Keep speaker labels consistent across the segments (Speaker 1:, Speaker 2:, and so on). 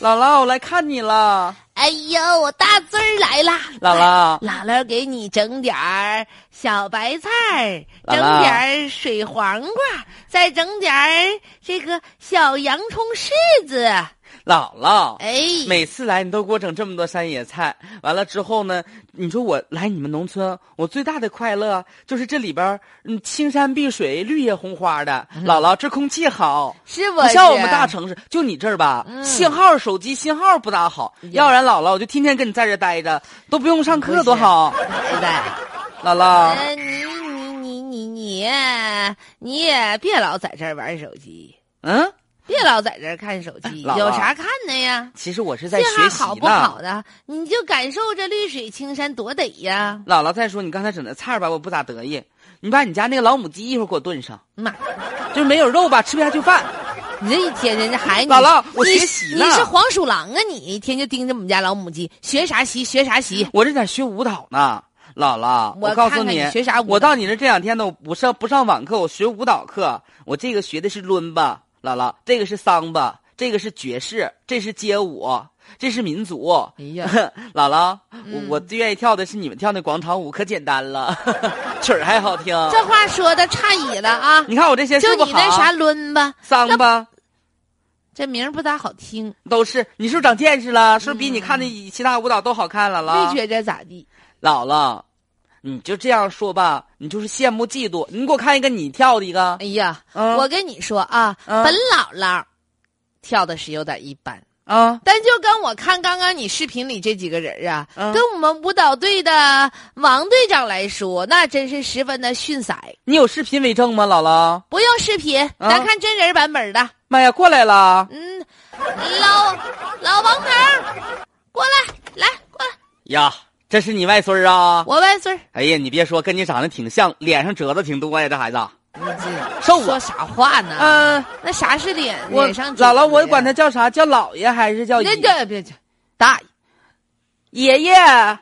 Speaker 1: 姥姥，我来看你了。
Speaker 2: 哎呀，我大侄儿来啦！
Speaker 1: 姥姥
Speaker 2: 姥姥给你整点儿小白菜儿，
Speaker 1: 姥姥
Speaker 2: 整点儿水黄瓜，再整点儿这个小洋葱、柿子。
Speaker 1: 姥姥，
Speaker 2: 哎，
Speaker 1: 每次来你都给我整这么多山野菜，完了之后呢，你说我来你们农村，我最大的快乐就是这里边儿嗯青山碧水、绿叶红花的。
Speaker 2: 嗯
Speaker 1: 姥姥，这空气好，
Speaker 2: 是不
Speaker 1: 不像我们
Speaker 2: 是
Speaker 1: 大城市，就你这儿吧，
Speaker 2: 嗯
Speaker 1: 信号手机信号不大好，要不然姥姥我就天天跟你在这待着，都不用上
Speaker 2: 不
Speaker 1: 课
Speaker 2: 是
Speaker 1: 多好。
Speaker 2: 孩子。
Speaker 1: 啊姥姥，
Speaker 2: 呃，你你你你你你也别老在这儿玩手机，
Speaker 1: 嗯，
Speaker 2: 别老在这儿看手 机，
Speaker 1: 姥姥
Speaker 2: 有啥看的呀？
Speaker 1: 其实我是在
Speaker 2: 信
Speaker 1: 学
Speaker 2: 号
Speaker 1: 习
Speaker 2: 好不
Speaker 1: 呢
Speaker 2: 好。的，你就感受这绿水青山多得呀！
Speaker 1: 姥姥，再说你刚才整的菜儿吧，我不咋得意。你把你家那个老母鸡一会儿给我炖上，
Speaker 2: 妈，
Speaker 1: 就是没有肉吧，吃不下去饭。
Speaker 2: 你这一天人家孩子，
Speaker 1: 姥姥我
Speaker 2: 你
Speaker 1: 学习
Speaker 2: 你
Speaker 1: 呢
Speaker 2: 是黄鼠狼啊你！一天就盯着我们家老母鸡，学啥习学啥习。
Speaker 1: 我这在学舞蹈呢，姥姥，
Speaker 2: 我
Speaker 1: 告诉
Speaker 2: 看看你学啥舞蹈
Speaker 1: 我到你这这两天呢，我不上不上网课，我学舞蹈课。我这个学的是伦巴，姥姥，这个是桑巴，这个是爵士，这是街舞，这是民族。
Speaker 2: 哎呀 嗯
Speaker 1: 姥姥，我我最愿意跳的是你们跳那广场舞，可简单 了，曲儿还好听。
Speaker 2: 这话说的差矣了啊！
Speaker 1: 你看嗯我这些
Speaker 2: 就是
Speaker 1: 不
Speaker 2: 你
Speaker 1: 是
Speaker 2: 那
Speaker 1: 好
Speaker 2: 啥抡吧，
Speaker 1: 桑巴。
Speaker 2: 这名儿不咋好听，
Speaker 1: 都是，你是不是长见识了？是不是比
Speaker 2: 嗯
Speaker 1: 你看的其他舞蹈都好看了
Speaker 2: 没
Speaker 1: 啦？
Speaker 2: 觉着咋地。
Speaker 1: 姥姥，你就这样说吧，你就是羡慕嫉妒。你给我看一个你跳的一个，
Speaker 2: 哎呀，
Speaker 1: 嗯
Speaker 2: 我跟你说啊，
Speaker 1: 嗯
Speaker 2: 本姥姥跳的是有点一般，
Speaker 1: 啊，
Speaker 2: 但就跟我看刚刚你视频里这几个人啊，
Speaker 1: 嗯
Speaker 2: 跟我们舞蹈队的王队长来说，那真是十分的逊色。
Speaker 1: 你有视频为证吗？姥姥，
Speaker 2: 不用视频，
Speaker 1: 嗯
Speaker 2: 咱看真人版本的。
Speaker 1: 妈呀，过来了！
Speaker 2: 嗯，老老王头儿，过来，来过来，
Speaker 1: 呀，这是你外孙儿啊！
Speaker 2: 我外孙儿，
Speaker 1: 哎呀，你别说，跟你长得挺像，脸上褶子挺多呀，这孩子。
Speaker 2: 你这
Speaker 1: 瘦啊
Speaker 2: 说呃啥话呢？
Speaker 1: 嗯、
Speaker 2: 那啥是脸
Speaker 1: 我
Speaker 2: 脸上
Speaker 1: 姥姥，我
Speaker 2: 长
Speaker 1: 管他
Speaker 2: 的
Speaker 1: 叫
Speaker 2: 呀
Speaker 1: 啥？叫姥爷还是叫
Speaker 2: 那
Speaker 1: 爷
Speaker 2: 个别去，大爷，
Speaker 1: 爷 爷？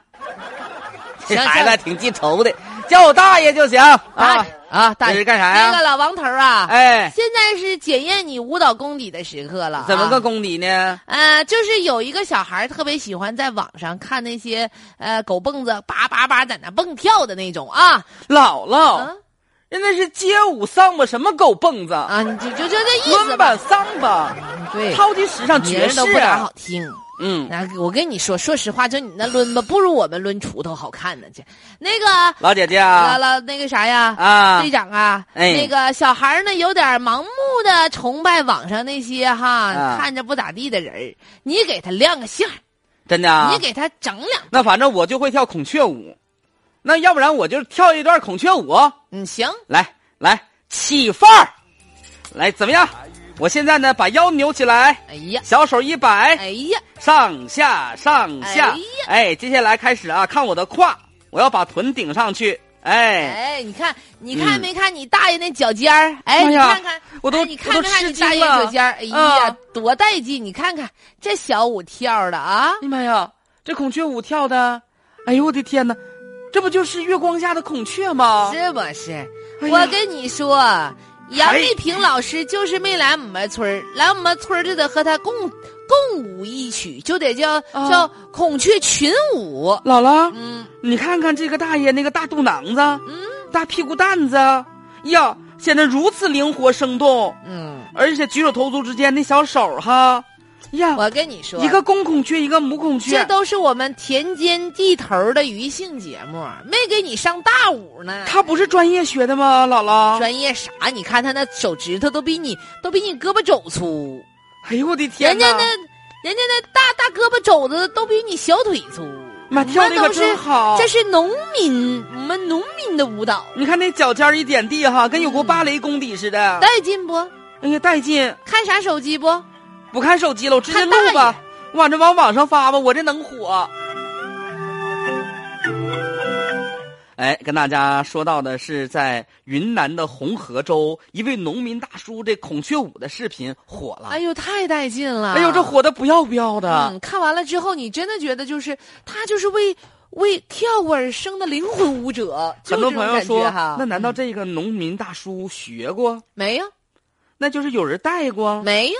Speaker 1: 这
Speaker 2: 行
Speaker 1: 孩
Speaker 2: 行
Speaker 1: 子挺记仇的，叫我大爷就行
Speaker 2: 大
Speaker 1: 啊
Speaker 2: 爷。啊，大
Speaker 1: 这
Speaker 2: 爷
Speaker 1: 是干啥呀
Speaker 2: 那个老王头儿啊，
Speaker 1: 哎，
Speaker 2: 现在是检验你舞蹈功底的时刻了、啊
Speaker 1: 怎么个？功底呢？
Speaker 2: 呃，就是有一个小孩儿特别喜欢在网上看那些呃狗蹦子叭叭叭在那蹦跳的那种啊
Speaker 1: 姥姥，
Speaker 2: 啊
Speaker 1: 人那是街舞桑巴，什么狗蹦子，
Speaker 2: 啊，你就就就这意思
Speaker 1: 伦巴、桑巴，
Speaker 2: 对，
Speaker 1: 超级时尚
Speaker 2: 别
Speaker 1: 爵
Speaker 2: 人
Speaker 1: 士
Speaker 2: 都不。咋好听。
Speaker 1: 嗯，
Speaker 2: 那我跟你说，说实话，就你那抡吧，不如我们抡锄头好看呢。去，那个
Speaker 1: 老姐姐
Speaker 2: 啦
Speaker 1: 啊
Speaker 2: 啦，那个啥呀，
Speaker 1: 啊
Speaker 2: 队，长啊，
Speaker 1: 哎
Speaker 2: 那个小孩儿呢，有点盲目的崇拜网上那些哈、
Speaker 1: 啊
Speaker 2: 看着不咋地的人儿你给他亮个相儿，
Speaker 1: 真的啊
Speaker 2: 你。给他整两，
Speaker 1: 那反正我就会跳孔雀舞，那要不然我就跳一段孔雀舞，
Speaker 2: 嗯，行，
Speaker 1: 来来起范儿，来怎么样？我现在呢，把腰扭起来，
Speaker 2: 哎呀，
Speaker 1: 小手一摆，
Speaker 2: 哎呀，
Speaker 1: 上下上下
Speaker 2: 哎呀。
Speaker 1: 哎，接下来开始啊，看我的胯，我要把臀顶上去。哎，
Speaker 2: 哎，你看，你看
Speaker 1: 嗯
Speaker 2: 没看你大爷那脚尖儿？哎，
Speaker 1: 哎
Speaker 2: 你
Speaker 1: 呀
Speaker 2: 看看，
Speaker 1: 我都
Speaker 2: 哎你看
Speaker 1: 我
Speaker 2: 没
Speaker 1: 都
Speaker 2: 看
Speaker 1: 吃
Speaker 2: 你大爷
Speaker 1: 惊了
Speaker 2: 脚尖儿？哎呀
Speaker 1: 啊，
Speaker 2: 多带劲！你看看这小舞跳的啊，
Speaker 1: 哎呀妈呀，这孔雀舞跳的，哎呦我的天哪，这不就是月光下的孔雀吗？
Speaker 2: 是不是？
Speaker 1: 哎呀
Speaker 2: 我跟你说，杨丽萍老师就是没来我们村儿，来我们村儿就得和她共共舞一曲，就得叫、
Speaker 1: 啊
Speaker 2: 叫孔雀群舞。
Speaker 1: 姥姥，
Speaker 2: 嗯，
Speaker 1: 你看看这个大爷那个大肚囊子，大屁股蛋子，呀，显得如此灵活生动，
Speaker 2: 嗯，
Speaker 1: 而且举手投足之间那小手哈，呀，
Speaker 2: 嗯我跟你说，
Speaker 1: 一个公孔雀，一个母孔
Speaker 2: 这
Speaker 1: 雀，
Speaker 2: 都是我们田间地头的娱性节目，没给你上大舞呢。
Speaker 1: 他不是专业学的吗？姥姥，
Speaker 2: 专业啥？你看他那手指头都比你都比你胳膊肘粗，
Speaker 1: 哎呦我的天
Speaker 2: 人
Speaker 1: 哪
Speaker 2: 家！那人家那大大胳膊肘子都比你小腿粗。
Speaker 1: 妈，跳的
Speaker 2: 那
Speaker 1: 可
Speaker 2: 都是
Speaker 1: 真好！
Speaker 2: 这是农民，我们农民的舞蹈，
Speaker 1: 你看那脚尖儿一点地哈，跟有
Speaker 2: 嗯
Speaker 1: 国芭蕾功底似的。
Speaker 2: 带劲不？
Speaker 1: 哎呀，带劲！
Speaker 2: 看啥手机不？
Speaker 1: 啊不看手机了，我直接
Speaker 2: 看
Speaker 1: 录
Speaker 2: 大爷
Speaker 1: 吧。往这往网上发吧，我这能火。哎，跟大家说到的是在云南的红河州，一位农民大叔这孔雀舞的视频火了。
Speaker 2: 哎呦，太带劲了！
Speaker 1: 哎呦，这火的啊不要不要的。
Speaker 2: 嗯，看完了之后，你真的觉得就是他就是为为跳舞而生的灵魂舞者，就
Speaker 1: 很多
Speaker 2: 这种
Speaker 1: 朋友
Speaker 2: 感
Speaker 1: 说
Speaker 2: 觉哈，，嗯
Speaker 1: 那难道这个农民大叔学过？
Speaker 2: 没有
Speaker 1: 那就是有人带过？
Speaker 2: 没有？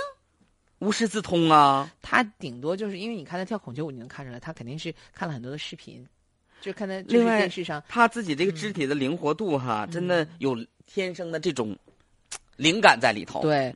Speaker 1: 无师自通啊。
Speaker 2: 他顶多就是因为你看他跳孔雀舞，你能看出来，他肯定是看了很多的视频，就看他就是
Speaker 1: 另外
Speaker 2: 电视上
Speaker 1: 他自己这个
Speaker 2: 嗯
Speaker 1: 肢体的灵活度哈，真的有天生的这种嘖灵感在里头。
Speaker 2: 对。